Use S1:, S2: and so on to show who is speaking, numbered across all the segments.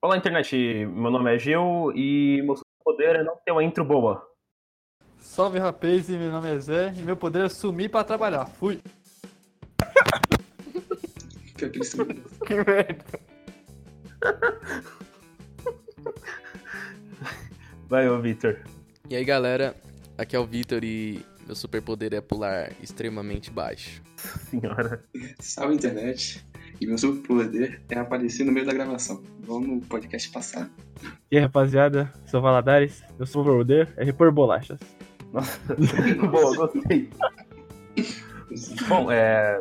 S1: Olá, internet. Meu nome é Gil e meu poder é não ter uma intro boa.
S2: Salve rapaz, meu nome é Zé e meu poder é sumir pra trabalhar. Fui.
S3: Pior que ele se-
S2: Que merda.
S1: Vai, ô Victor.
S4: E aí galera, aqui é o Vitor e meu superpoder é pular extremamente baixo.
S1: Senhora.
S3: Salve internet. E meu superpoder é aparecer no meio da gravação. Vamos no podcast passado.
S5: E aí, rapaziada, sou o Valadares, eu sou o Broder, é repor bolachas.
S1: boa, gostei. Bom, é...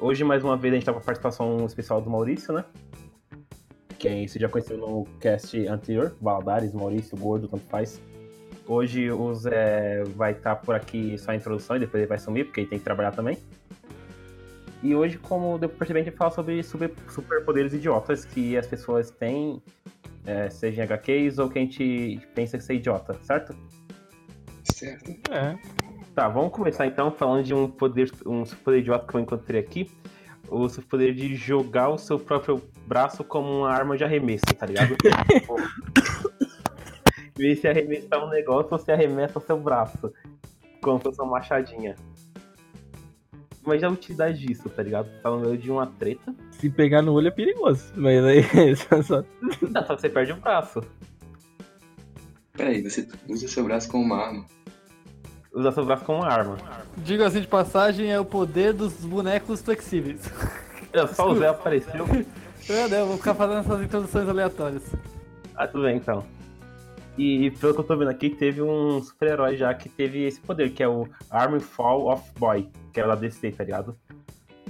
S1: hoje mais uma vez a gente tá com a participação especial do Maurício, né? Quem você já conheceu no cast anterior, Valadares, Maurício, Gordo, tanto faz. Hoje o Zé vai estar por aqui só a introdução e depois ele vai sumir, porque ele tem que trabalhar também. E hoje, como deu pra perceber, a gente fala sobre super- superpoderes idiotas que as pessoas têm, é, seja em HQs ou que a gente pensa que ser idiota, certo?
S3: Certo.
S5: É,
S1: Tá, vamos começar então falando de um poder, um superpoder idiota que eu encontrei aqui. O superpoder de jogar o seu próprio braço como uma arma de arremesso, tá ligado? Tipo, Em vez de se arremessar um negócio, você arremessa o seu braço. Como se fosse uma machadinha. Mas é a utilidade disso, tá ligado? Tá no meio de uma treta.
S5: se pegar no olho é perigoso, mas aí só, só-
S1: Não, só que você perde o braço.
S3: Peraí, você usa seu braço como uma arma.
S1: Usar seu braço como uma arma.
S2: Digo assim de passagem, é o poder dos bonecos flexíveis.
S1: Eu, só o Zé apareceu.
S2: Meu Deus, eu vou ficar fazendo essas introduções aleatórias.
S1: Ah, tudo bem então. E pelo que eu tô vendo aqui, teve um super-herói já que teve esse poder, que é o Arm Fall of Boy, que era da DC, tá ligado?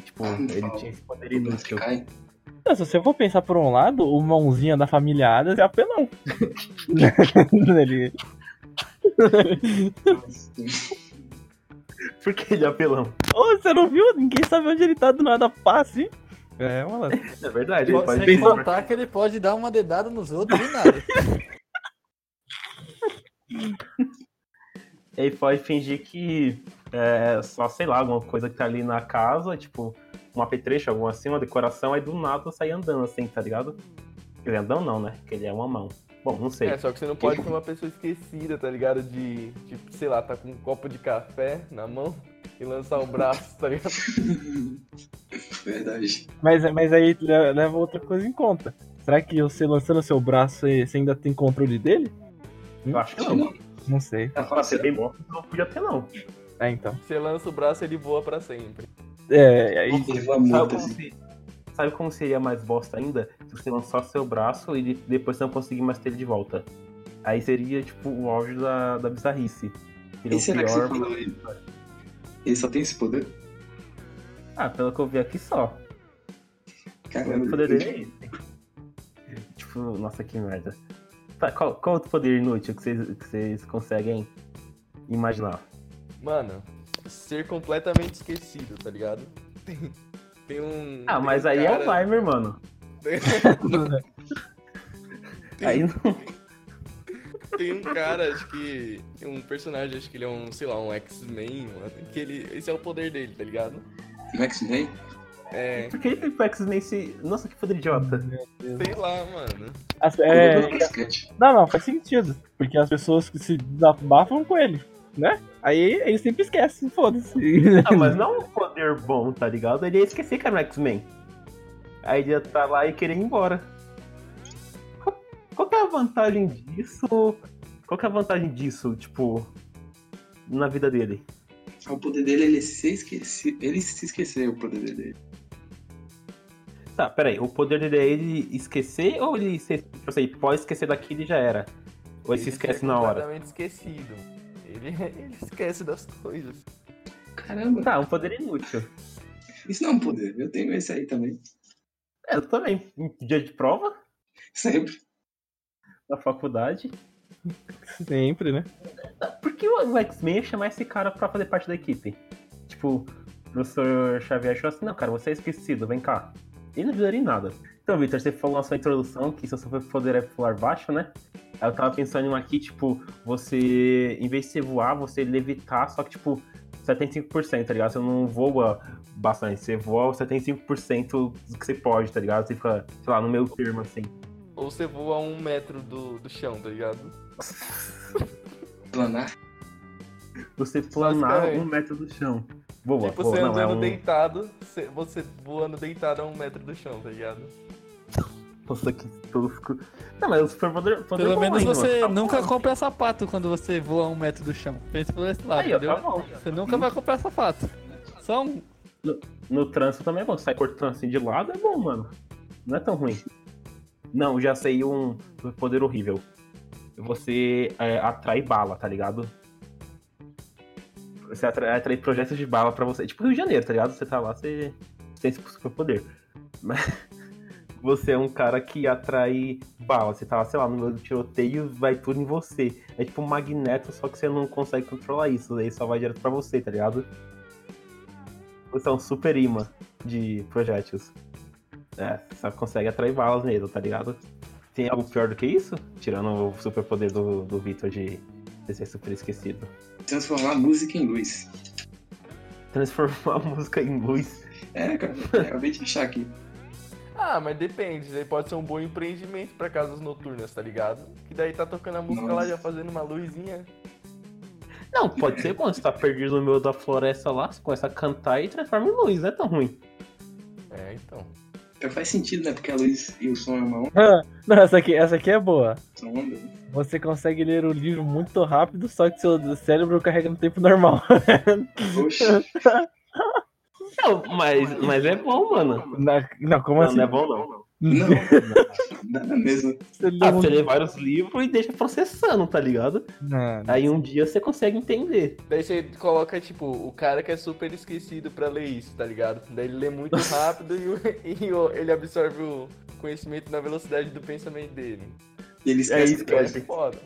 S1: Tipo,
S3: Arm
S1: ele
S3: Fall.
S1: tinha esse poder
S3: Ele não
S1: inútil.
S3: cai.
S5: Não, se você for pensar por um lado, o mãozinha da família Adas é apelão. Ele-
S1: Por que ele é apelão?
S5: Ô, você não viu? Ninguém sabe onde ele tá do nada, pá, assim. É, mano.
S1: É verdade, ele pode
S2: Sem
S1: ser.
S2: contar que ele pode dar uma dedada nos outros e nada.
S1: Ele pode fingir que é só, sei lá, alguma coisa que tá ali na casa, tipo, um apetrecho, alguma assim, uma decoração, aí do nada sair andando assim, tá ligado? Ele andando não, né? Porque ele é uma mão. Bom, não sei.
S6: É, só que você não pode ser uma pessoa esquecida, tá ligado? De, tipo, sei lá, tá com um copo de café na mão e lançar o braço, tá ligado?
S3: Verdade.
S5: Mas, mas aí le- leva outra coisa em conta. Será que você lançando seu braço, aí, você ainda tem controle dele?
S1: Eu acho que não.
S5: Não sei.
S3: Tá
S1: Pra ser
S3: fácil.
S1: bem bom, não podia ter não.
S5: É, então.
S6: Você lança o braço e ele voa pra sempre.
S5: É, aí...
S3: Levou a
S1: Sabe
S3: multa,
S1: como,
S3: assim.
S1: se- sabe como seria mais bosta ainda? Se você lançar seu braço e de- depois você não conseguir mais ter ele de volta. Aí seria, tipo, o auge da, da bizarrice. Seria
S3: E
S1: o
S3: será que você
S1: assim, pior-
S3: falou ele? é Ele só tem esse poder?
S1: Ah, pelo que eu vi aqui só. O
S3: Caramba.
S1: único poder dele é esse. Tipo, nossa, que merda. Tá, qual, qual outro poder inútil que vocês, que vocês conseguem imaginar?
S6: Mano, ser completamente esquecido, tá ligado? Tem, tem um.
S1: Ah,
S6: tem
S1: mas
S6: um
S1: aí é
S6: cara-
S1: Alzheimer, mano. Aí não.
S6: Tem um cara, acho que. tem Um personagem, acho que ele é um, sei lá, um X-Men, mano. Que ele. Esse é o poder dele, tá ligado?
S3: No X-Men?
S6: É.
S1: Por que ele tem x nem se. Nossa, que poder idiota.
S6: Sei lá, mano.
S5: as-
S3: Ele
S5: é...
S3: jogou basquete.
S5: Não, não, faz sentido. Porque as pessoas que se desabafam com ele, né? Aí ele sempre esquece, foda-se.
S1: Ah, mas não é um poder bom, tá ligado? Ele ia esquecer que era um X-Men. Aí ele ia tá lá e querer ir embora. Qual- Qual que é a vantagem disso? Qual que é a vantagem disso, tipo, na vida dele?
S3: O poder dele é ele se esquecer. Ele se esquecer o poder dele.
S1: Tá, peraí, o poder dele é ele esquecer ou ele, se, tipo assim, pode esquecer daquilo e já era? Ou ele se esquece na hora?
S6: é Completamente esquecido. Ele, ele esquece das coisas.
S3: Caramba.
S1: Tá, um poder inútil.
S3: Isso não é um poder. Eu tenho esse aí também.
S1: É, eu também. Em Dia de prova,
S3: Sempre.
S1: na faculdade.
S5: Sempre, né?
S1: Por que o X-Men ia chamar esse cara pra fazer parte da equipe? Tipo, o professor Xavier achou assim, não, cara, você é esquecido, vem cá. Ele não ajudaria em nada. Então, Victor, você falou na sua introdução que seu superpoder é pular baixo, né? Aí eu tava pensando em um aqui, tipo, você, em vez de você voar, você levitar, só que, tipo, 75%, tá ligado? Você não voa bastante, você voa os 75% do que você pode, tá ligado? Você fica, sei lá, no meio termo, assim.
S6: ou você voa um metro do, do chão, tá ligado?
S3: Planar.
S1: Você planar
S6: Basicamente.
S1: um metro do chão. Boa,
S6: tipo,
S1: boa.
S6: você
S1: Não, é
S6: andando
S1: um...
S6: deitado, você, você voando deitado a um metro do chão, tá ligado?
S1: Nossa, que tosco. Não, mas o superpoder... poder
S2: Pelo
S1: bom
S2: menos
S1: ainda,
S2: você
S1: mano. Tá
S2: nunca
S1: bom.
S2: compra sapato quando você voa um metro do chão. Pensa por esse lado,
S1: Aí, ó,
S2: entendeu?
S1: tá bom.
S2: Você nunca vai comprar sapato. Só um.
S1: No trânsito também é bom. Sai cortando assim de lado, é bom, mano. Não é tão ruim. Não, já sei um poder horrível. Você é, atrai bala, tá ligado? Você atrai, atrai projetos de bala pra você. Tipo Rio de Janeiro, tá ligado? Você tá lá, você tem esse superpoder. Mas você é um cara que atrai bala. Você tá lá, sei lá, no tiroteio, vai tudo em você. É tipo um magneto, só que você não consegue controlar isso. Aí só vai direto pra você, tá ligado? Você é um super imã de projéteis. É, só consegue atrair balas nele, tá ligado? Tem algo pior do que isso? Tirando o superpoder do, do Victor de de ser super esquecido.
S3: Transformar música em luz.
S1: Transformar a música em luz.
S3: É, cara, eu acabei de achar aqui.
S6: Ah, mas depende, daí pode ser um bom empreendimento pra casas noturnas, tá ligado? Que daí tá tocando a música lá,
S3: Nossa.
S6: já fazendo uma luzinha.
S1: Não, pode ser bom, você tá perdido no meio da floresta lá, você começa a cantar e transforma em luz, não é tão ruim.
S6: É, então.
S3: Então faz sentido, né? Porque a luz e o som é uma onda.
S5: Não, essa aqui, essa aqui é boa.
S3: São onda.
S5: Você consegue ler o livro muito rápido, só que seu cérebro carrega no tempo normal.
S3: Oxe.
S1: Não, mas, mas é bom, mano.
S5: Na- não, como
S1: Não,
S5: assim?
S1: não é bom, não.
S3: Não. Nada mesmo.
S5: Você lê
S1: Ah,
S5: um-
S1: você lê vários livros e deixa processando, tá ligado?
S5: Não, não.
S1: Aí um dia você consegue entender.
S6: Daí você coloca, tipo, o cara que é super esquecido pra ler isso, tá ligado? Daí ele lê muito rápido e, o- e o- ele absorve o conhecimento na velocidade do pensamento dele.
S3: E ele esquece
S1: É isso,
S3: do
S1: cara.
S3: resto.
S6: Foda.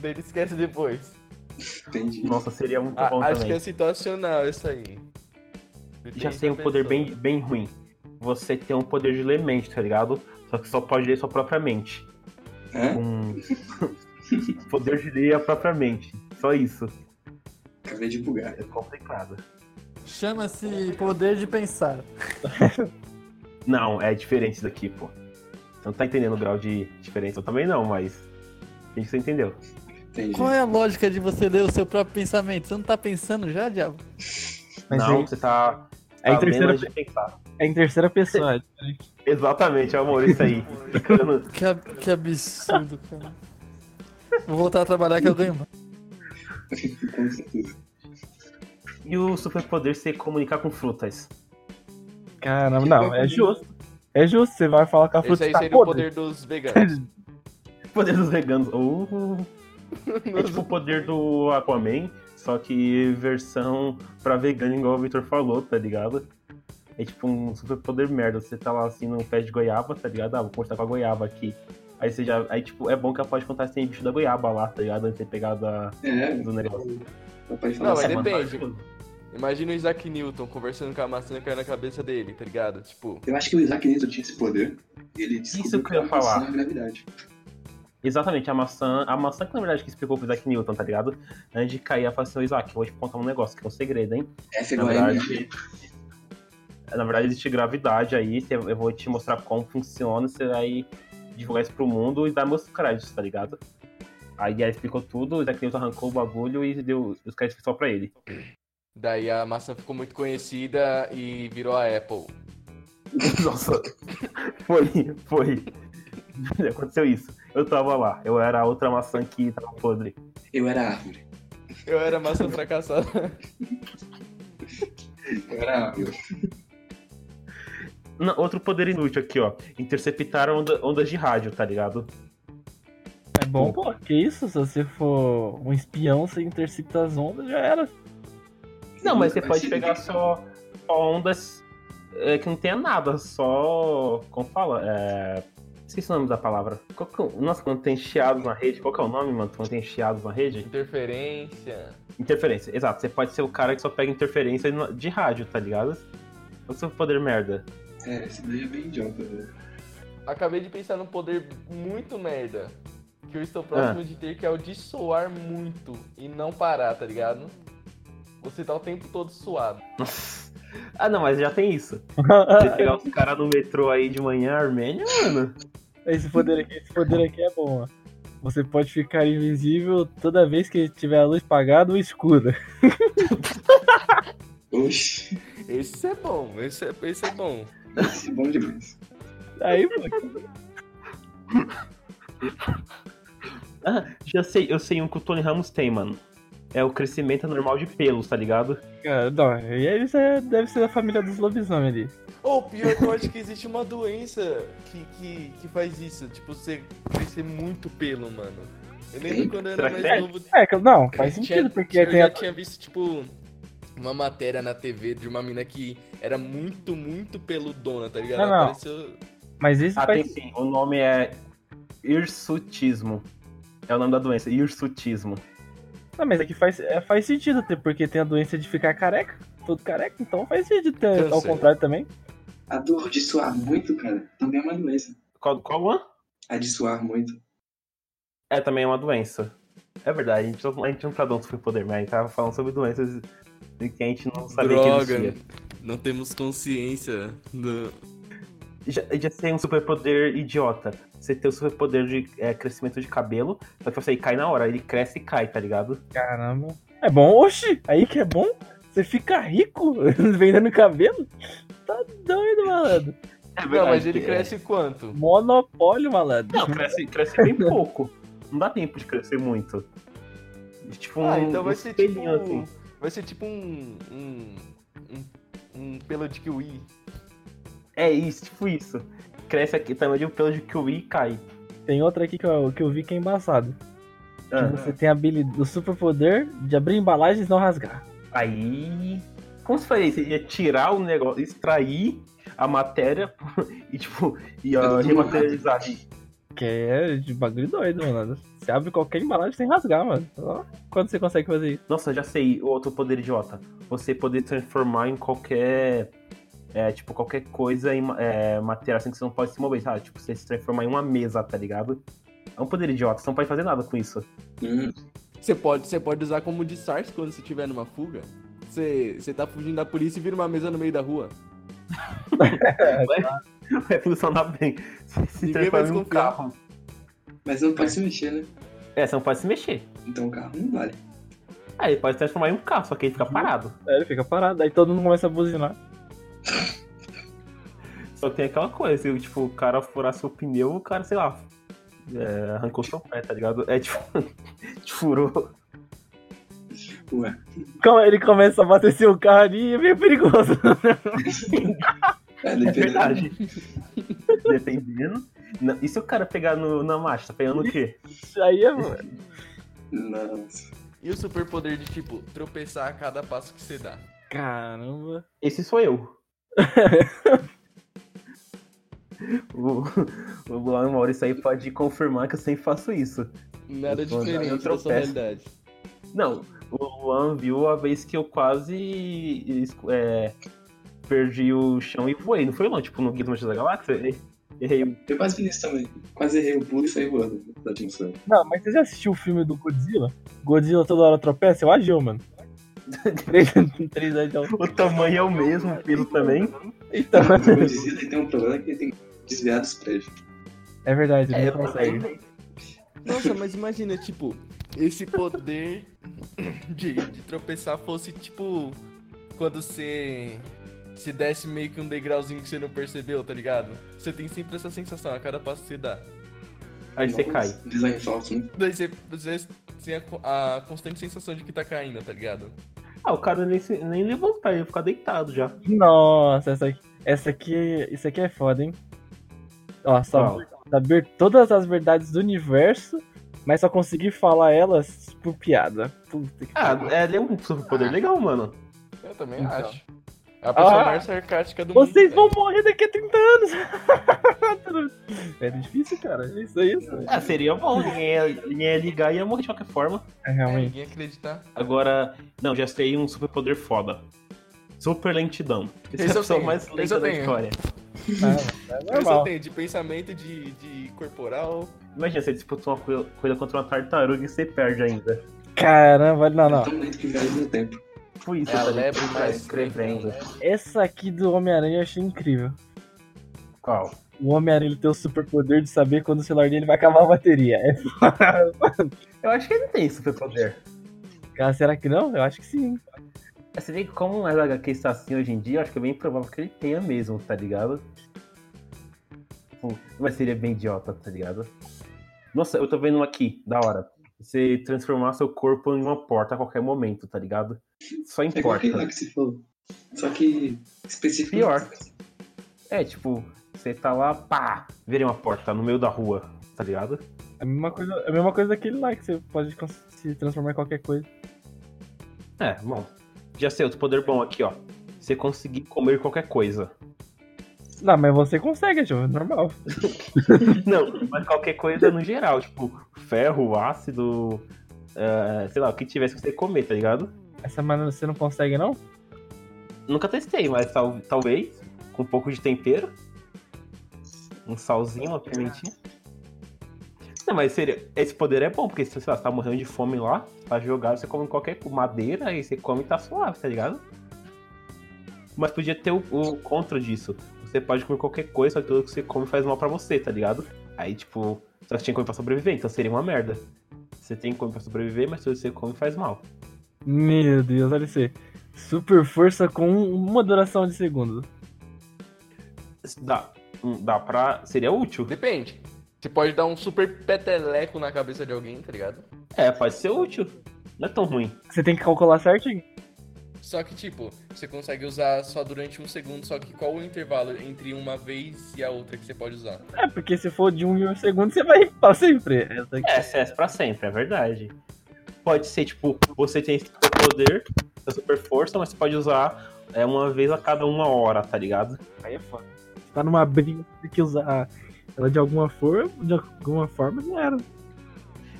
S6: Daí ele esquece depois.
S3: Entendi.
S1: Nossa, seria muito
S6: Ah,
S1: bom
S6: acho
S1: também.
S6: que é situacional isso aí. Depende
S1: já tem um
S6: da
S1: poder
S6: pessoa.
S1: bem, bem ruim. Você tem um poder de ler mente, tá ligado? Só que só pode ler sua própria mente.
S3: Hã?
S1: Um... poder de ler a própria mente. Só isso.
S3: Acabei de bugar.
S1: É complicado.
S2: Chama-se poder de pensar.
S1: Não, é diferente isso daqui, pô. Você não tá entendendo o grau de diferença. Eu também não, mas. A gente você entendeu.
S3: Entendi.
S2: Qual é a lógica de você ler o seu próprio pensamento? Você não tá pensando já, diabo?
S5: Mas
S1: não,
S5: é-
S1: você tá.
S5: é, em
S1: tá lendo
S5: terceira,
S1: antes de pensar.
S5: é em terceira pessoa.
S1: Exatamente, amor, isso aí. Ficando-
S2: Que, ab- que absurdo, cara. Vou voltar a trabalhar que eu ganho mais.
S3: Com certeza.
S1: e o superpoder se comunicar com frutas.
S5: Caramba, não, é justo. É justo, você vai falar com a
S6: Esse
S5: fruta
S6: aí
S5: tá
S6: seria o
S5: podre.
S6: poder dos veganos.
S1: Poder dos veganos. Oh. É tipo o poder do Aquaman, só que versão pra vegano, igual o Victor falou, tá ligado? É tipo um super poder merda. Você tá lá assim num pé de goiaba, tá ligado? Ah, vou cortar com a goiaba aqui. Aí você já. Aí, tipo, é bom que ela pode contar se tem bicho da goiaba lá, tá ligado? Antes de ter pegado a-
S3: É.
S1: do negócio.
S3: Papai
S6: Não,
S3: fala
S6: mas
S3: assim.
S1: mano,
S6: depende.
S1: faz tudo.
S6: Imagina o Isaac Newton conversando com a maçã que caiu na cabeça dele, tá ligado? Tipo,
S3: Eu acho que o Isaac Newton tinha esse poder. E ele descobriu
S1: é- Isso que eu ia
S3: a maçã
S1: falar.
S3: é a gravidade.
S1: Exatamente, a maçã. A maçã que na verdade que explicou pro Isaac Newton, tá ligado? Antes de cair, ela fala assim, "Ô, Isaac, eu vou te contar um negócio que é um segredo, hein?
S3: F
S1: Na
S3: igual a
S1: verdade,
S3: MG.
S1: na verdade existe gravidade aí, cê- eu vou te mostrar como funciona, você vai divulgar isso pro mundo e dar meus créditos, tá ligado? Aí ela explicou tudo, o Isaac Newton arrancou o bagulho e deu os créditos só pra ele.
S6: daí a maçã ficou muito conhecida e virou a Apple.
S1: Nossa, foi, foi. Aconteceu isso. Eu tava lá, eu era a outra maçã que tava podre.
S3: Eu era árvore.
S6: Eu era a maçã fracassada.
S3: Eu era árvore.
S1: Não, outro poder inútil aqui, ó. Interceptar onda- ondas de rádio, tá ligado?
S5: É bom, pô. Que isso? Se você for um espião, você intercepta as ondas, já era.
S1: Não, mas você pode pegar só, só ondas é, que não tenha nada, só. Como fala? É, Esqueci o nome da palavra. Qual que é o- Nossa, quando tem chiados na rede, qual que é o nome, mano? Quando tem chiados na rede?
S6: Interferência.
S1: Interferência, exato. Você pode ser o cara que só pega interferência no- de rádio, tá ligado? É o seu poder merda.
S3: É, esse daí é bem idiota, velho.
S6: Acabei de pensar num poder muito merda. Que eu estou próximo de ter, que é o de suar muito e não parar, tá ligado? Você tá o tempo todo suado.
S1: Ah, não, mas já tem isso. Você pegar os caras no metrô aí de manhã, Armênia, mano.
S5: Esse poder aqui, esse poder aqui é bom, ó. Você pode ficar invisível toda vez que tiver a luz apagada ou escura.
S3: Oxi,
S6: Esse é bom, esse é, esse é bom.
S3: isso é bom demais.
S5: Aí, pô,
S1: Ah, já sei, eu sei um que o Tony Ramos tem, mano. É o crescimento anormal de pelos, tá ligado?
S5: cara, não, e aí isso é- deve ser da família dos lobisomens ali.
S6: Ou pior que eu acho que existe uma doença que, que, que faz isso. Tipo, você crescer muito pelo, mano. Eu lembro
S3: Sim,
S6: quando eu era
S1: será
S6: mais
S1: que é?
S6: novo.
S5: É, que- não, faz
S6: eu
S5: sentido,
S6: tinha-
S5: porque
S6: eu
S5: tem
S6: já
S5: a...
S6: tinha visto, tipo,
S4: Uma matéria na TV de uma mina que era muito, muito peludona, tá ligado?
S5: Não, não.
S4: Ela Apareceu...
S5: Mas esse
S1: Ah, tem
S5: faz...
S1: sim. O nome é hirsutismo. É o nome da doença, hirsutismo.
S5: Não, mas aqui faz, é, faz sentido, ter, porque tem a doença de ficar careca, todo careca, então faz sentido ter ao
S6: Câncer.
S5: contrário também.
S3: A dor de suar muito, cara, também é uma doença.
S1: Qual, qual one?
S3: A de suar muito.
S1: É, também é uma doença. É verdade, a gente, não- a gente não tá dando superpoder, mas a gente tava falando sobre doenças de que a gente não sabia que
S4: Droga,
S1: existia.
S4: não temos consciência do...
S1: Já, já sei um superpoder idiota. Você tem o superpoder de é, crescimento de cabelo, só que você aí cai na hora, ele cresce e cai, tá ligado?
S5: Caramba. É bom, oxi, aí que é bom, você fica rico vendendo cabelo. Tá doido, malandro.
S1: É
S6: Não, mas ele cresce quanto?
S5: Monopólio, malandro.
S1: Não, cresce, cresce bem pouco. Não dá tempo de crescer muito. Tipo, um,
S6: ah, então vai
S1: um
S6: ser tipo.
S1: espelhinho, assim.
S6: Vai ser tipo um. um. um, um pelo de kiwi.
S1: É isso, tipo isso. Cresce aqui também de um pelo de kiwi e cai.
S5: Tem outra aqui que eu, que eu vi que é embaçado. Que
S1: Ah,
S5: você tem a habilidade, o superpoder de abrir embalagens e não rasgar.
S1: Aí. Como se faria? Você ia tirar o negócio, extrair a matéria e, tipo, ia
S3: Eu tô
S1: rematerializar.
S5: Que é de bagulho doido, malandro. Você abre qualquer embalagem sem rasgar, mano. Ó, Quando você consegue fazer isso?
S1: Nossa, já sei, outro poder idiota. Você poder transformar em qualquer. é, tipo, qualquer coisa em ma- é, matéria assim que você não pode se mover, sabe? Tipo, você se transformar em uma mesa, tá ligado? É um poder idiota, você não pode fazer nada com isso.
S3: Hum,
S4: Você pode, você pode usar como disfarce quando você estiver numa fuga. Você, você tá fugindo da polícia e vira uma mesa no meio da rua.
S1: Vai funcionar bem. Você se
S4: Ninguém vai
S1: transforma em um
S4: desconfiar.
S1: carro.
S3: mas não pode se mexer, né?
S1: É, você não pode se mexer.
S3: Então o carro não vale.
S1: Aí ele pode se transformar em um carro, só que ele fica parado.
S5: É, ele fica parado, aí todo mundo começa a buzinar.
S1: Só que tem aquela coisa, se, tipo, o cara furar seu pneu, o cara, sei lá, é, arrancou seu pé, tá ligado? É tipo, te furou.
S3: Ué,
S5: Como ele começa a bater seu carro ali, é meio perigoso.
S3: é
S1: É
S3: dependendo.
S1: verdade. Dependendo. Não, e se o cara pegar no- na marcha, tá pegando o quê?
S5: aí é, mano.
S3: Nossa.
S6: E o superpoder de, tipo, tropeçar a cada passo que você dá.
S5: Caramba.
S1: Esse sou eu. o, o Blau e o Maurício aí pode confirmar que eu sempre faço isso.
S4: Nada
S1: Eu tô- eu
S4: diferente da
S1: tropeço.
S4: sua realidade.
S1: Não, o Luan viu a vez que eu quase é, perdi o chão e voei, não foi Luan? Tipo, no Guia do Manchester da Galáxia? Errei- Errei.
S3: Eu quase fiz isso também. Quase errei o pulo e saí voando da atmosfera.
S5: Não, mas você já assistiu o filme do Godzilla? Godzilla toda hora tropeça, eu agiu, mano. Três- Três anos então. de altura.
S1: O tamanho é o mesmo, o peso também.
S5: Então,
S3: Mas O Godzilla ele tem um problema que ele tem que desviar dos prédios.
S5: é verdade, ele não consegue.
S4: Nossa, mas imagina, tipo,
S6: Esse poder de, de tropeçar fosse, tipo, quando você se desce meio que um degrauzinho que você não percebeu, tá ligado? Você tem sempre essa sensação a cada passo que você dá.
S1: Aí você cai.
S3: Nossa, Design falso, né?
S6: Daí você, você tem a co- a, constante sensação de que tá caindo, tá ligado?
S1: Ah, o cara nem, se- nem levantar, ele ia ficar deitado já.
S5: Nossa, essa aqui, essa aqui, isso aqui é foda, hein? Ó,
S1: Qual?
S5: saber, saber todas as verdades do universo, mas só conseguir falar elas por piada. Puta que
S1: Ah,
S5: pariu.
S1: é, ele é um
S6: Ah.
S1: superpoder legal, mano.
S6: Eu também
S5: Então.
S6: acho. É a pessoa
S5: Ah!
S6: mais sarcástica do
S5: Vocês
S6: mundo.
S5: vão morrer daqui a 30 anos! é difícil, cara. É Isso é isso.
S1: Ah, seria bom, ninguém ia, ninguém ia ligar e ia morrer de qualquer forma.
S5: É
S6: velho. É,
S5: realmente.
S6: ninguém acreditar.
S1: Agora, não, já sei um superpoder foda. Super lentidão. Essa
S6: Esse
S1: é a
S6: eu
S1: pessoa
S6: tenho,
S1: mais
S6: esse
S1: lenta
S6: eu
S1: da
S6: tenho.
S1: história.
S5: Ah, é
S6: Eu só
S5: normal.
S6: tenho de pensamento, de, de corporal.
S1: Imagina, você disputa uma coisa coisa contra uma tartaruga e você perde ainda.
S5: Caramba,
S1: Ah,
S5: não, não.
S3: É Tão lento que viaja no tempo.
S1: Foi isso,
S6: É a
S1: tá ligado?
S6: lebre mais né?
S1: Escrevendo.
S5: Essa aqui do Homem-Aranha eu achei incrível.
S1: Qual?
S5: o Homem-Aranha ele tem o superpoder de saber quando o celular dele vai acabar a bateria. É,
S1: Eu acho que ele tem superpoder. É,
S5: cara, será que não? Eu acho que sim.
S1: Você vê que como as HQ está assim hoje em dia, eu acho que é bem provável que ele tenha mesmo, tá ligado? Tipo, Mas seria bem idiota, tá ligado? Nossa, eu tô vendo uma aqui, da hora. Você transformar seu corpo em uma porta a qualquer momento, tá ligado? Só em
S3: É igual aquele lá
S1: porta.
S3: que você falou. Só que específico.
S1: Pior. É, tipo, você tá lá, pá, virei uma porta no meio da rua, tá ligado?
S5: É a mesma coisa, é a mesma coisa daquele lá que você pode cons- se transformar em qualquer coisa.
S1: É, bom. Já sei, outro poder bom aqui, ó. Você conseguir comer qualquer coisa.
S5: Não, mas você consegue, tipo, é normal.
S1: Não, mas qualquer coisa no geral, tipo, ferro, ácido, é, sei lá, o que tivesse que você comer, tá ligado?
S5: Essa maneira você não consegue, não?
S1: Nunca testei, mas tal- talvez, com um pouco de tempero. Um salzinho, uma pimentinha. Não, mas seria, esse poder é bom, porque se sei lá, você tá morrendo de fome lá, tá jogado, você come qualquer madeira, aí você come e tá suave, tá ligado? Mas podia ter o, o contra disso. Você pode comer qualquer coisa, só que tudo que você come faz mal pra você, tá ligado? Aí, tipo, só você tinha que comer pra sobreviver, então seria uma merda. Você tem que comer pra sobreviver, mas tudo que você come faz mal.
S5: Meu Deus, olha isso aí. Super força com uma duração de segundos.
S1: Isso Dá, hum, dá pra. Seria útil.
S6: Depende. Você pode dar um super peteleco na cabeça de alguém, tá ligado?
S1: É, pode ser útil. Não é tão ruim.
S5: Você tem que calcular certinho?
S6: Só que, tipo, você consegue usar só durante um segundo, só que qual o intervalo entre uma vez e a outra que você pode usar?
S5: É, porque se for de um em um segundo, você vai pra sempre. Essa aqui.
S1: É, CS pra sempre, é verdade. Pode ser, tipo, você tem esse poder, essa super força, mas você pode usar é, uma vez a cada uma hora, tá ligado?
S5: Aí é foda. Você tá numa briga, você tem que usar ela de alguma forma, de alguma forma, não era.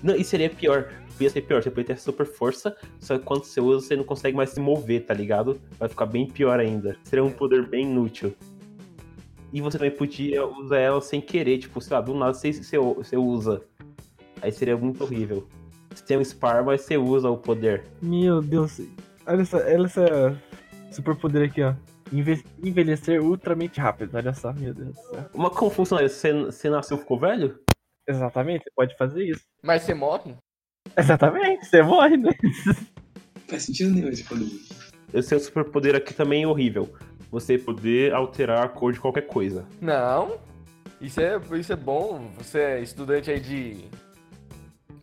S1: Não, e seria pior. Ia ser pior, você pode ter essa super força, só que quando você usa, você não consegue mais se mover, tá ligado? Vai ficar bem pior ainda. Seria um poder bem inútil. E você também podia usar ela sem querer, tipo, sei lá, do nada você, você, você usa. Aí seria muito horrível. Você tem um Spar, mas você usa o poder.
S5: Meu Deus. Olha essa, olha essa superpoder aqui, ó. Enve- Envelhecer ultramente rápido, olha só, meu Deus do céu.
S1: Uma confusão é, você, você nasceu e ficou velho?
S5: Exatamente, você pode fazer isso.
S6: Mas você morre?
S5: Exatamente, você morre, né?
S3: Não faz sentido nenhum esse poder.
S1: Eu sei o superpoder aqui também é horrível. Você poder alterar a cor de qualquer coisa.
S6: Não. Isso é, isso é bom. Você é estudante aí de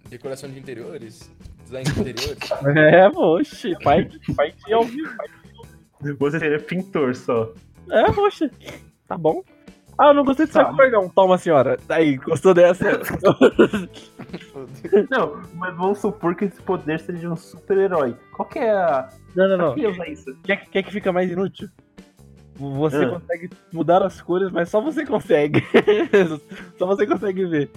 S6: decoração de interiores, design de interiores.
S5: É, oxe, pai, pai de ao vivo.
S1: Você seria pintor só.
S5: É, oxe, tá bom. Ah, eu não gostei do seu
S1: Tá.
S5: cordão. Toma, senhora. Aí, gostou dessa?
S1: Não, mas vamos supor que esse poder seja de um super-herói. Qual que é a.
S5: Não, não, não.
S1: Quem usa isso?
S5: Quer que, quer que fica mais inútil? Você
S1: Ah.
S5: consegue mudar as cores, mas só você consegue. só você consegue ver.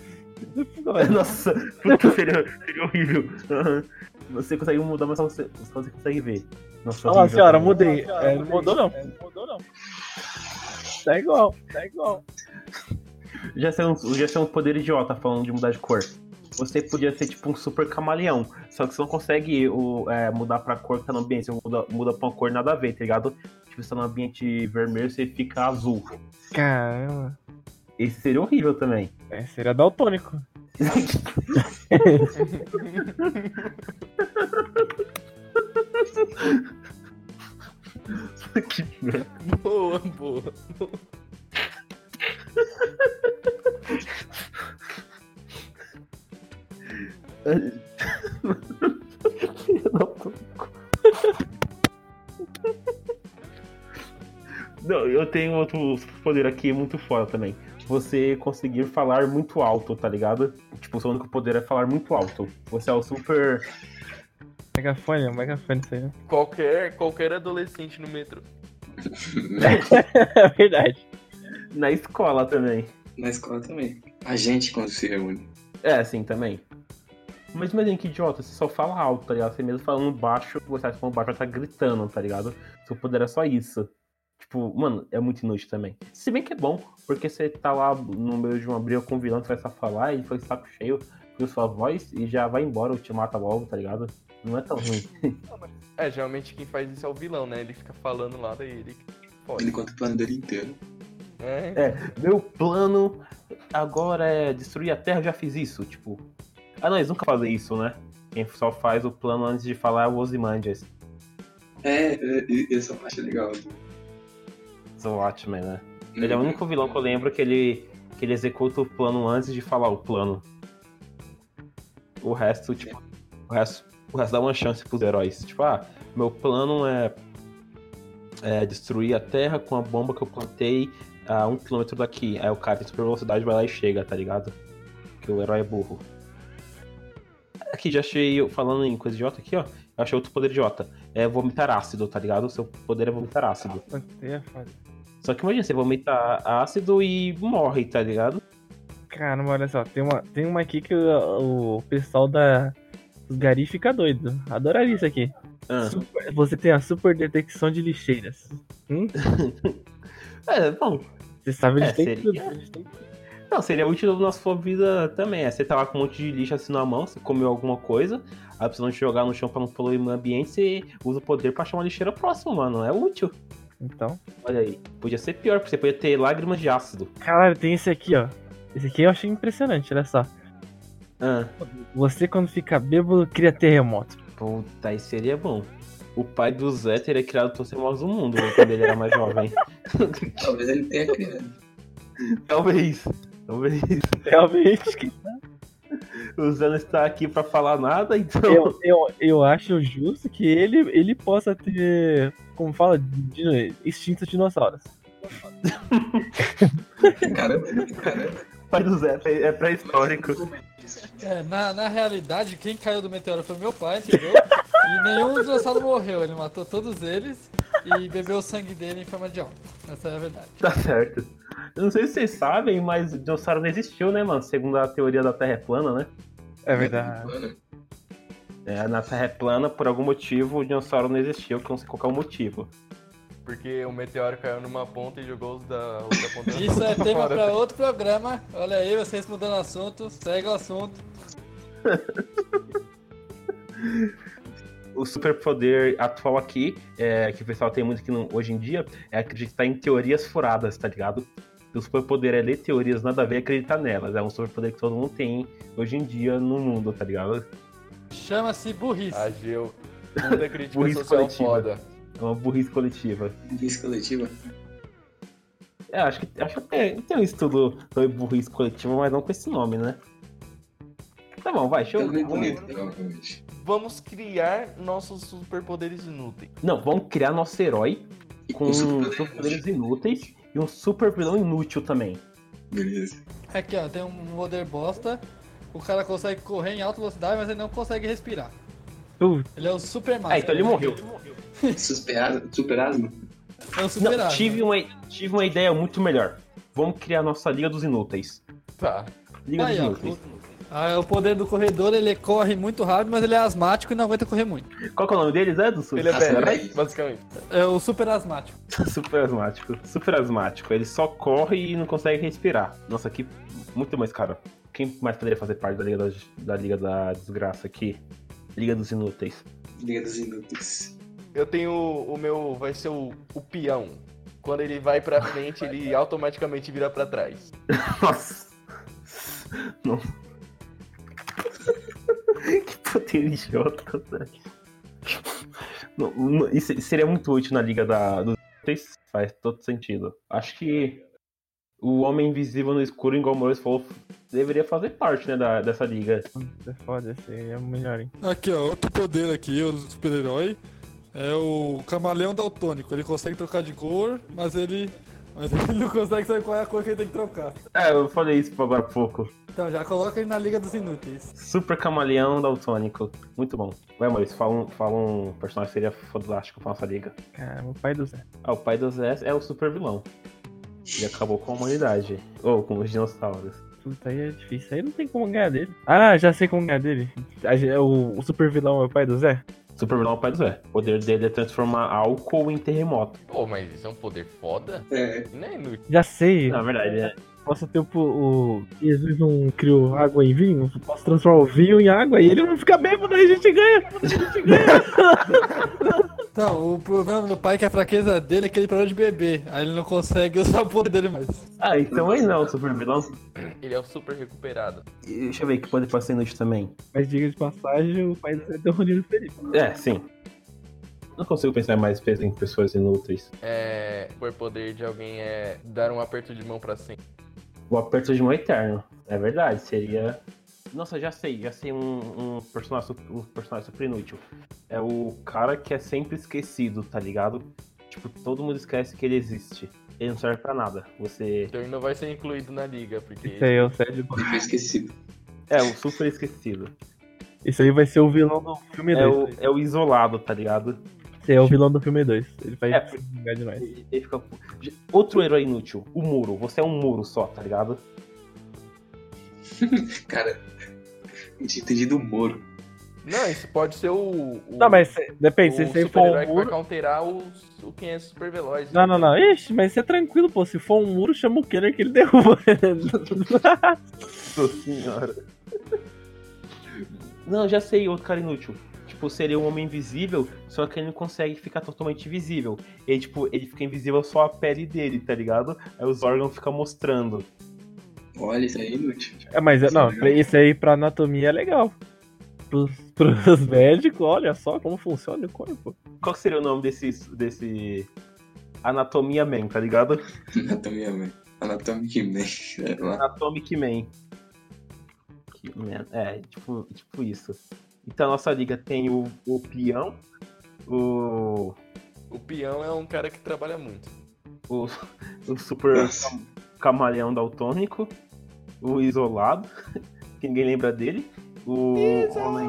S1: Nossa, puta, seria, seria horrível. Aham. Você consegue mudar, mas só você, só você consegue ver. Nossa,
S5: Olha lá,
S1: horrível.
S5: senhora, mudei. É, não mudou não. Tá igual, tá igual.
S1: já ser um, já ser um poder idiota falando de mudar de cor. Você podia ser tipo um super camaleão, só que você não consegue o, é, mudar pra cor que tá no ambiente, você muda, muda pra uma cor nada a ver, tá ligado? Tipo, você tá no ambiente vermelho, você fica azul.
S5: Caramba.
S1: Esse seria horrível também.
S5: É, seria daltônico.
S6: boa, boa.
S1: Não, eu tenho outro poder aqui muito foda também. Você conseguir falar muito alto, tá ligado? Tipo, o seu único poder é falar muito alto. Você é o super.
S5: Megafone, é um megafone isso aí. né?
S6: Qualquer, qualquer adolescente no metrô.
S5: É verdade.
S1: Na escola também.
S3: Na escola também. A gente quando se reúne.
S1: É, sim, também. Mas imagina que idiota, você só fala alto, tá ligado? Você mesmo falando baixo, você acha que falando baixo vai tá gritando, tá ligado? Seu poder é só isso. Tipo, mano, é muito inútil também. Se bem que é bom, porque você tá lá no meio de uma briga com um vilão, você vai só falar, ele foi saco cheio, viu sua voz e já vai embora, ou te mata logo, tá ligado? Não é tão ruim.
S6: É, geralmente quem faz isso é o vilão, né? Ele fica falando lá daí, ele pode.
S3: Ele conta o plano dele inteiro.
S6: É,
S1: Meu plano agora é destruir a Terra, eu já fiz isso, tipo. Ah não, eles nunca fazem isso, né? Quem só faz o plano antes de falar é o Ozymandias.
S3: É, é, e- essa parte é legal. do-
S1: The Watchmen, né? Ele é o único vilão que eu lembro que ele, que ele executa o plano antes de falar o plano. O resto, tipo, o resto, o resto dá uma chance pros heróis. Tipo, ah, meu plano é, é destruir a Terra com a bomba que eu plantei a um quilômetro daqui. Aí o cara tem super velocidade, vai lá e chega, tá ligado? Que o herói é burro. Aqui, já achei, falando em coisa idiota aqui, ó, eu achei outro poder idiota. É vomitar ácido, tá ligado? O seu poder é vomitar ácido.
S5: é
S1: Só que imagina, você vomita ácido e morre, tá ligado?
S5: Caramba, olha só, tem uma, tem uma aqui que o, o pessoal da dos Gari fica doido. Adoraria isso aqui.
S1: Ah.
S5: Super- você tem a super detecção de lixeiras.
S1: É, bom.
S5: Você sabe onde
S1: É,
S5: tem
S1: seria-
S5: tudo. onde tem
S1: Não, seria útil na sua vida também. É, você tá lá com um monte de lixo assim na mão, você comeu alguma coisa, a pessoa não te jogar no chão pra não poluir o ambiente, você usa o poder pra achar uma lixeira próxima, mano. É útil.
S5: Então.
S1: Olha aí. Podia ser pior, porque você podia ter lágrimas de ácido.
S5: Caralho, tem esse aqui, ó. Esse aqui eu achei impressionante, olha só.
S1: Ah,
S5: Você quando fica bêbado cria terremoto.
S1: puta, aí seria bom. O pai do Zé teria criado todos os terremotos do mundo né, quando ele era mais jovem.
S3: Talvez ele tenha criado.
S1: Talvez. Talvez.
S5: Realmente. que-
S1: O Zé não está aqui pra falar nada, então.
S5: Eu, eu, eu acho justo que ele, ele possa ter, como fala, di- extintos dinossauros.
S3: Caramba, é caramba.
S1: pai do Zé é pré-histórico.
S2: É, na, na realidade, quem caiu do meteoro foi meu pai, entendeu? E nenhum dinossauro morreu, ele matou todos eles e bebeu o sangue dele em forma de alma. Essa é a verdade.
S1: Tá certo. Eu não sei se vocês sabem, mas o dinossauro não existiu, né, mano? Segundo a teoria da Terra é plana, né?
S5: É
S3: Mano,
S1: É, na Terra é plana, por algum motivo, o dinossauro não existiu, que eu não sei qual que é o motivo.
S6: porque o meteoro caiu numa ponta e jogou os da outra ponta.
S2: Isso é tema
S6: fora.
S2: pra outro programa. Olha aí, vocês mudando o assunto, segue o assunto.
S1: O superpoder atual aqui, é, que o pessoal tem muito que não- hoje em dia, é acreditar em teorias furadas, tá ligado? O superpoder é ler teorias, nada a ver e acreditar nelas. É um superpoder que todo mundo tem hoje em dia no mundo, tá ligado?
S2: Chama-se burrice.
S6: Ageu. Muda a crítica
S1: Burrice
S6: social
S1: coletiva.
S6: foda.
S1: É uma burrice coletiva.
S3: burrice coletiva.
S1: É, acho que, acho que tem, tem um estudo sobre burrice coletiva, mas não com esse nome, né? Tá bom, vai, deixa
S3: Eu
S1: eu.
S3: não bonito, provavelmente.
S6: Vamos criar nossos superpoderes inúteis.
S1: Não, vamos criar nosso herói
S3: E
S1: com superpoderes inúteis e um super vilão inútil também.
S3: Beleza.
S2: Aqui, ó, tem um poder bosta. O cara consegue correr em alta velocidade, mas ele não consegue respirar.
S5: Puta.
S2: Ele é o super
S1: Ah,
S2: Mario.
S1: então ele morreu.
S3: Superado, superasma?
S2: É o
S1: Não,
S2: super Mario.
S1: tive, uma, tive uma ideia muito melhor. Vamos criar nossa Liga dos Inúteis.
S6: Tá.
S1: Liga
S2: Aí,
S1: dos
S2: ó,
S1: Inúteis.
S2: Ah, o poder do corredor, ele corre muito rápido, mas ele é asmático e não aguenta correr muito.
S1: Qual que é o nome deles? É do su-
S6: Ele é
S3: Nossa,
S6: velho,
S3: peraí.
S6: né? basicamente.
S2: É o super asmático.
S1: super asmático. Super asmático. Ele só corre e não consegue respirar. Nossa, que muito mais cara. Quem mais poderia fazer parte da Liga da, da Liga da Desgraça aqui? Liga dos Inúteis.
S3: Liga dos Inúteis.
S6: Eu tenho o o meu, vai ser o, o peão. Quando ele vai pra frente, ele automaticamente vira pra trás.
S1: Nossa. Não. que poder idiota, velho. Não, não, isso seria muito útil na liga da, dos Inúteis. Faz todo sentido. Acho que o Homem Invisível no Escuro, igual o Morris falou, deveria fazer parte né, da, dessa liga.
S5: É foda, esse aí é o melhor, hein?
S7: Aqui, ó, outro poder aqui, o super-herói, é o camaleão daltônico. Ele consegue trocar de cor, mas ele, mas ele não consegue saber qual é a cor que ele tem que trocar.
S1: É, eu falei isso agora há pouco.
S2: Então, já coloca ele na Liga dos Inúteis.
S1: Super Camaleão Daltônico. Muito bom. Vai, Maurício, fala um, fala um personagem que seria fantástico pra nossa liga.
S5: Caramba, o pai do Zé.
S1: Ah, o pai do Zé é o super vilão. Ele acabou com a humanidade. Ou com os dinossauros.
S5: Puta, aí é difícil. Aí não tem como ganhar dele. Ah, já sei como ganhar dele. A gen- O, o super vilão é o pai do Zé?
S1: Super vilão é o pai do Zé. O poder dele é transformar álcool em terremoto.
S6: Pô, mas isso é um poder foda?
S3: É,
S6: Não é inútil.
S5: Já sei.
S1: Na verdade, né?
S5: Posso ter o, o. Jesus não criou água em vinho? Posso transformar o vinho em água e ele não fica bêbado, aí a gente ganha. A gente ganha.
S2: Não, o problema do pai é que a fraqueza dele é que ele parou de beber. Aí ele não consegue usar o poder dele mais.
S1: Ah, então aí não, super vilão.
S6: Ele é o super recuperado.
S1: E Deixa eu ver que poder pode ser inútil também.
S5: Mas diga de passagem, o pai do Zé é o Rodrigo Felipe.
S1: É, sim. Não consigo pensar mais em pessoas inúteis.
S6: É. O poder de alguém é dar um aperto de mão pra sempre.
S1: O aperto de mão eterno. É verdade, seria. Nossa, já sei, já sei um, um personagem, su- um personagem super inútil. É o cara que é sempre esquecido, tá ligado? Tipo, todo mundo esquece que ele existe. Ele não serve pra nada. Você.
S6: Então ele não vai ser incluído na liga, porque.
S5: Isso aí, é o Sérgio.
S3: Ele foi esquecido.
S1: É, o super esquecido.
S5: Isso aí vai ser o vilão do filme né?
S1: É
S5: 2.
S1: o, é o isolado, tá ligado?
S5: Esse aí é o vilão do filme 2. Ele vai
S1: É.
S5: se vingar de nós.
S1: Ele ele fica. Outro herói inútil, o muro. Você é um muro só, tá ligado?
S3: Cara, eu tinha entendido o Moro.
S6: Não, isso pode ser o. o
S5: Não, mas cê- depende, se
S6: o
S5: você for um
S6: super-herói que vai
S5: muro.
S6: counterar os, o né? quem é super veloz.
S5: Não, não, não. Ixi, mas isso é tranquilo, pô. Se for um muro, chama o Kenner que ele derruba.
S1: Nossa senhora. Não, já sei, outro cara inútil. Tipo, seria um homem invisível, só que ele não consegue ficar totalmente invisível. Ele, tipo, ele fica invisível só a pele dele, tá ligado? Aí os órgãos ficam mostrando.
S3: Olha, isso aí é inútil.
S5: é, mas é- não, pra- isso aí pra anatomia é legal. Pros, pros médicos, olha só como funciona o corpo.
S1: Qual que seria o nome desse. desse. Anatomia Man, tá ligado?
S3: Anatomia Man. Anatomic Man. sei lá.
S1: Anatomic Man. Que man- É, tipo, tipo isso. Então a nossa liga tem o, o peão, o.
S6: O peão é um cara que trabalha muito.
S1: o, o super
S3: Nossa.
S1: cam- camaleão daltônico, o isolado, que ninguém lembra dele, o homem.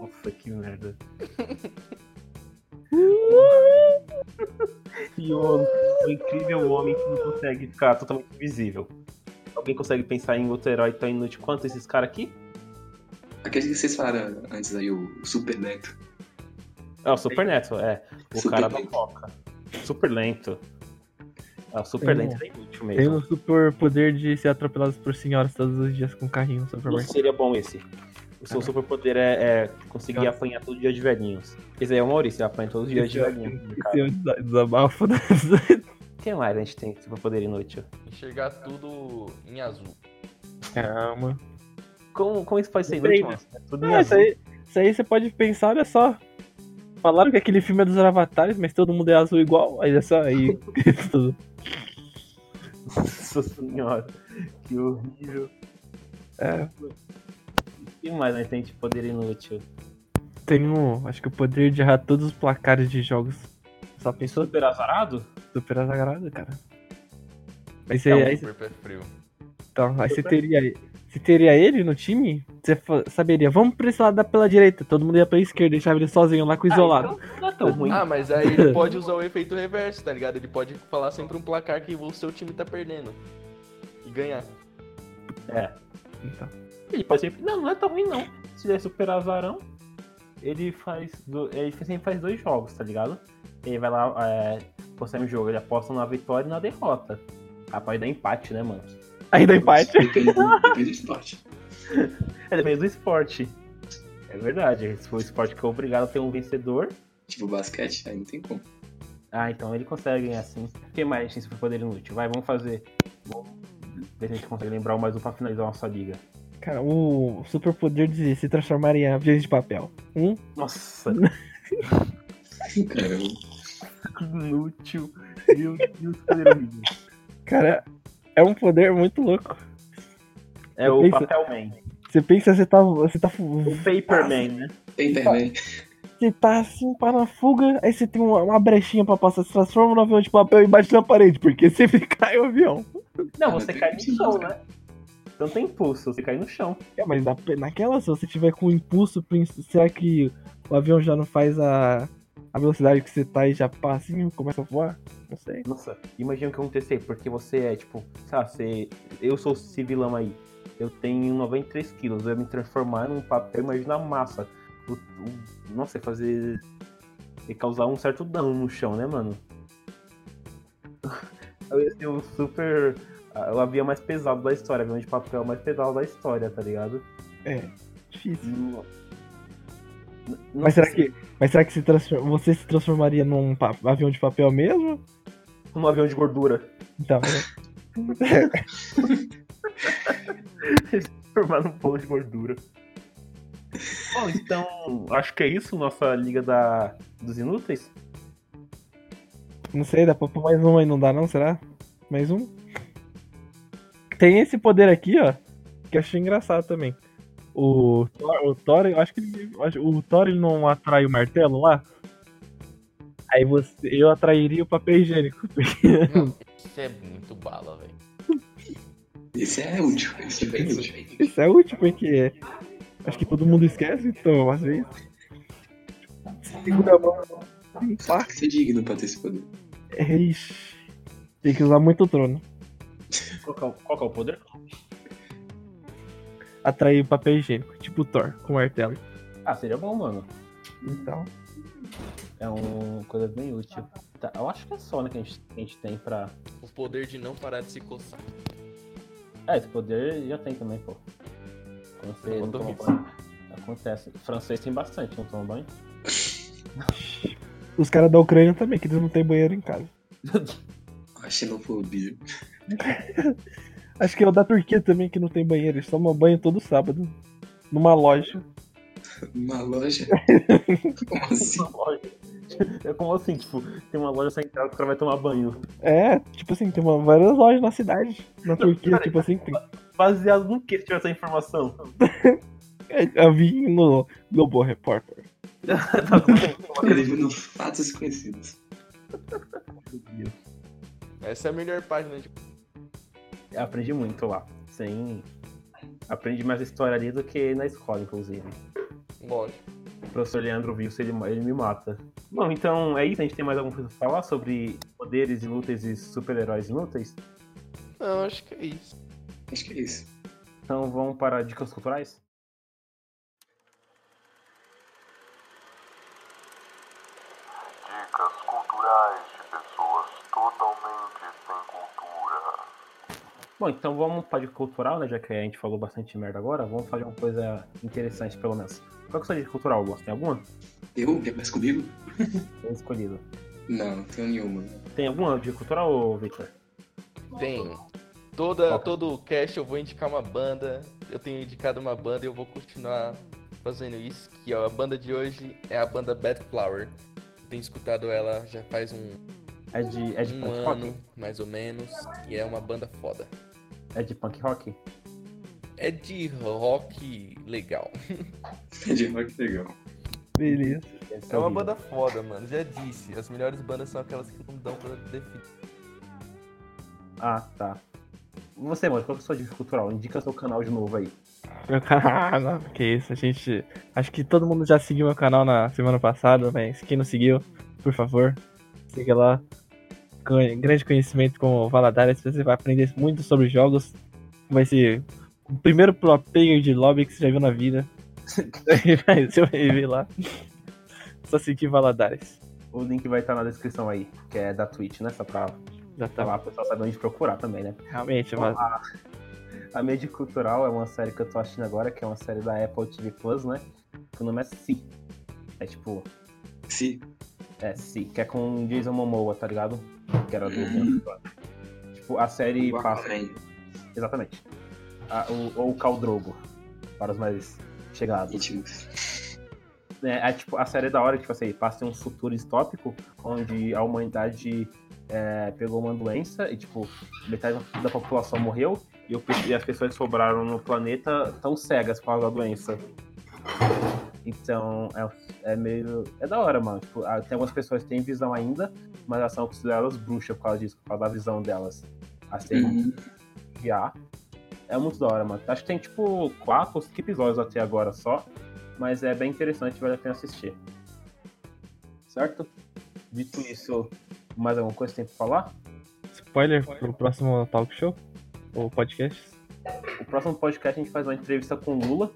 S1: Nossa, que merda. e o, o incrível homem que não consegue ficar totalmente invisível. Alguém consegue pensar em outro herói tão inútil quanto esses caras aqui?
S3: Aquele que vocês falaram antes aí, o Super Neto.
S1: É o Super Neto, é. O
S3: Super
S1: cara da
S3: lento.
S1: coca. Super lento. É, o super
S5: Tem um-
S1: lento é inútil
S5: Tem
S1: mesmo.
S5: o super poder de ser atropelados por senhoras todos os dias com carrinho no
S1: Não
S5: supermercado.
S1: seria bom esse. O seu superpoder é, é conseguir apanhar todo dia de velhinhos. Quer dizer, é o Maurício, apanha todo dia de
S5: Esse é-
S1: velhinhos.
S5: Esse é o desa- desabafo da.
S1: Quem mais a gente tem superpoder inútil?
S6: Enxergar tudo em azul.
S5: Calma.
S1: Como, como isso pode ser
S5: Depende.
S1: inútil? mano? É tudo em
S5: Ah, isso
S1: azul.
S5: aí, isso aí você pode pensar, olha só. Falaram que aquele filme é dos avatares, mas todo mundo é azul igual. Aí é só aí. tudo.
S1: Nossa senhora, que horrível.
S5: É.
S1: Quem mais a gente tem de poder inútil?
S5: Tem um, acho que o poder de errar todos os placares de jogos. Só pensou
S1: Super azarado?
S5: super azagrado, cara. Mas
S6: É
S5: aí,
S6: um
S5: aí,
S6: super pé frio.
S5: então, aí você teria você teria ele no time, você fa- saberia, vamos pra esse lado da pela direita, todo mundo ia pra esquerda, deixava ele sozinho lá com o isolado.
S1: Ah, então não é tão ruim.
S6: Ah, mas aí ele pode usar o efeito reverso, tá ligado? Ele pode falar sempre um placar que o seu time tá perdendo. E ganhar.
S5: Então,
S1: Ele pode ser... Não, não é tão ruim não. Se ele é super azarão, ele faz. do- Ele sempre faz dois jogos, tá ligado? Ele vai lá, é... consegue um jogo, ele aposta na vitória e na derrota. Ah, pode dar empate, né, mano?
S5: Aí dá empate.
S3: Depende do, depende do esporte.
S1: É depende do esporte. É verdade, se for o esporte que é obrigado a ter um vencedor,
S3: Tipo basquete, aí não tem como.
S1: ah, então ele consegue ganhar sim. O que mais tem superpoder inútil? Vai, vamos fazer. Vamos ver se a gente consegue lembrar mais um pra finalizar a nossa liga.
S5: Cara, o super poder de se transformar em aviões de papel. Um,
S1: Nossa,
S3: Cara, eu-
S1: que inútil. Meu Deus, que poder horrível.
S5: cara, é um poder muito louco.
S1: É o
S5: Pensa-
S1: Papel Man.
S5: Você pensa, você tá, você tá, fu-
S1: O Paper Man, né?
S3: Paperman.
S5: você tá assim, para na fuga, aí você tem uma, uma brechinha pra passar, se transforma no avião de papel e bate na parede, porque sempre cai o avião.
S1: Não,
S3: Ah,
S1: você
S3: mas
S1: cai
S3: tem
S1: no
S3: que
S1: chão,
S3: ser.
S1: né? Então tem impulso, você cai no chão.
S5: É, mas na, naquela, se você tiver com impulso, prin- será que o avião já não faz a, a velocidade que você tá e já passa assim, começa a voar? Não sei.
S1: Nossa, imagina o que acontecer, porque você é tipo, sabe, você. Eu sou esse vilão aí. Eu tenho 93 quilos, eu ia me transformar num papel, imagina a massa. O, o- nossa, ia fazer. ia causar um certo dano no chão, né, mano? Eu ia ser o super. ah, O avião mais pesado da história, um o avião de papel mais pesado da história, tá ligado?
S5: É, difícil.
S1: Não
S5: Hum. Mas
S1: sei
S5: será que, mas será que se transfor- você se transformaria num pa- avião de papel mesmo?
S1: se Um avião de gordura.
S5: Então, né?
S1: Formar um pão de gordura. Bom, então, acho que é isso, nossa Liga da... dos Inúteis.
S5: não sei, dá pra pôr mais um aí, não dá não, será? Mais um? Tem esse poder aqui, ó, que eu achei engraçado também. O Thor, o Thor eu acho que ele, eu acho- o Thor ele não atrai o martelo lá? Aí você, eu atrairia o papel higiênico.
S6: Isso é muito bala, velho.
S3: Esse é útil. Esse é bem útil.
S5: Isso é útil, porque acho que todo mundo esquece, então, às vezes. Segura a mão. assim, pá.
S3: Tem que ser é digno pra ter esse poder.
S5: Ixi. Tem que usar muito trono.
S1: Qual que é o, qual que é o poder?
S5: Atrair papel higiênico, tipo Thor, com martelo.
S1: Ah, seria bom, mano.
S5: Então.
S1: É uma coisa bem útil. Tá, eu acho que é só, né, que a gente, que a gente tem pra...
S6: O poder de não parar de se coçar.
S1: É, esse poder já tem também, pô. Quando você não toma banho. Acontece. Francês tem bastante, não toma banho.
S5: Os caras da Ucrânia também, que eles não têm banheiro em casa.
S3: A xenofobia.
S5: Acho que é o da Turquia também, que não tem banheiro. Eles tomam banho todo sábado. Numa loja.
S3: Uma loja. Como assim?
S1: Uma loja. É como assim, tipo, tem uma loja central que o cara vai tomar banho.
S5: É, tipo assim, tem uma, várias lojas na cidade. Na Turquia,
S1: peraí.
S5: tipo assim, tem.
S1: Baseado no que tiver essa informação?
S5: É, Eu vi no Globo Repórter.
S1: tá bom.
S3: Elevando fatos conhecidos.
S6: Essa é a melhor página de.
S1: Eu aprendi muito lá. Sim. Aprendi mais história ali do que na escola, inclusive.
S6: Lógico.
S1: O professor Leandro viu se ele, ele me mata. Bom, então é isso. A gente tem mais alguma coisa pra falar sobre poderes inúteis e super-heróis inúteis?
S6: Não, acho que é isso.
S3: Acho que é isso.
S1: Então vamos para dicas culturais?
S8: Dicas culturais de pessoas totalmente sem cultura.
S1: Bom, então vamos para dica cultural, né? Já que a gente falou bastante merda agora, vamos fazer uma coisa interessante, pelo menos. Qual que é a sua dica cultural, Boss? Tem alguma?
S3: Eu? Começa comigo?
S1: Tem escolhido.
S3: Não, não tenho nenhuma.
S1: Tem alguma dica cultural, Victor?
S6: Tenho. Toda,
S1: Toca.
S6: todo o cast eu vou indicar uma banda. Eu tenho indicado uma banda e eu vou continuar fazendo isso. Que é a banda de hoje é a banda Bad Flower. Eu Tenho escutado ela já faz um,
S1: É de, é de
S6: um
S1: punk rock?
S6: ano, mais ou menos. E é uma banda foda.
S1: É de punk rock?
S6: É de rock legal.
S3: De rock legal.
S5: Beleza.
S6: É uma banda foda, mano. Já disse. As melhores bandas são aquelas que não dão pra definir.
S1: Ah, tá. Você, mano, qual que é a sua dica cultural? Indica seu canal de novo aí.
S5: Meu canal. Ah, não, que isso, a gente. Acho que todo mundo já seguiu meu canal na semana passada, mas quem não seguiu, por favor, siga lá. Conhe- Grande conhecimento com o Valadares, você vai aprender muito sobre jogos. Vai ser o primeiro pro player de lobby que você já viu na vida. Vai- você vai ver lá. Só seguir Valadares.
S1: O link vai estar na descrição aí, que é da Twitch, né? Só pra
S5: Já
S1: tá
S5: tá
S1: lá, o pessoal sabe onde procurar também, né?
S5: Realmente, mas...
S1: A Mídia Cultural é uma série que eu tô assistindo agora, que é uma série da Apple TV Plus, né? Que o nome é Si. É tipo,
S3: Se
S1: é Si, que é com Jason Momoa, tá ligado? Que era do. Game of Thrones. tipo, a série
S3: o
S1: passa.
S3: Aquaman
S1: Exatamente. A- o- ou o Caldrogo, para os mais chegados.
S3: íntimos.
S1: É, é, tipo, a série é da hora, tipo assim, passa em um futuro distópico onde a humanidade é, pegou uma doença e, tipo, metade da população morreu e, o pe- e as pessoas que sobraram no planeta tão cegas por causa da doença. Então, é, é meio. É da hora, mano. Tipo, ah, tem algumas pessoas que têm visão ainda, mas elas são consideradas bruxas por causa disso, por causa da visão delas. Assim,
S3: Uhum.
S1: guiar. É muito da hora, mano. Acho que tem tipo quatro ou cinco episódios até agora só. Mas é bem interessante, vale a pena assistir. Certo? Dito isso, mais alguma coisa que tem pra falar?
S5: spoiler pro próximo talk show? Ou podcast?
S1: O próximo podcast a gente faz uma entrevista com o Lula.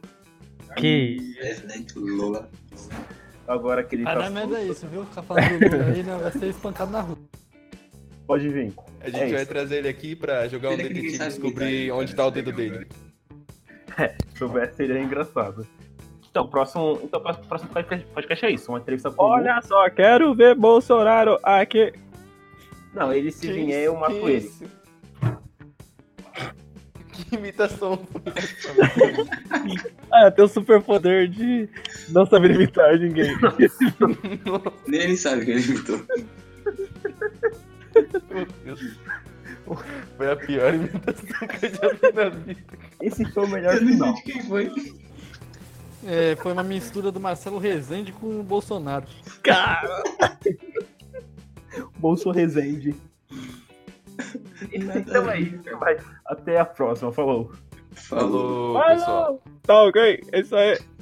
S5: Que
S3: Resident Lola.
S1: Agora que ele
S2: Vai
S1: tá
S2: dar merda é isso, viu? Ficar falando do Lula aí, né? Vai ser espancado na rua.
S1: Pode vir.
S6: A gente
S1: É
S6: vai
S1: isso.
S6: trazer ele aqui pra jogar um
S3: Ele é que ninguém
S6: detetive e
S3: é sabe né?
S6: descobrir tá
S3: lidar,
S6: onde
S3: cara.
S6: tá o dedo dele.
S1: Se soubesse, seria é engraçado. Então, próximo, então, próximo, próximo podcast podcast é isso, uma entrevista com o Lula.
S5: Olha só, quero ver Bolsonaro aqui.
S1: Não, ele se
S6: Que
S1: vier,
S6: isso,
S1: eu mato
S6: que
S1: ele.
S6: isso? Que imitação foi essa,
S5: Ah, tem o superpoder de não saber imitar ninguém.
S3: Nem ele sabe que ele imitou.
S6: Meu Deus. Foi a pior imitação que eu já vi na vida.
S1: Esse foi o melhor
S3: Eu nem sei
S1: final.
S3: de quem foi.
S2: É, foi uma mistura do Marcelo Rezende com o Bolsonaro.
S1: Bolso Rezende. Então é isso, vai. Até a próxima, falou.
S3: Falou.
S6: pessoal.
S5: Tá ok, é isso aí.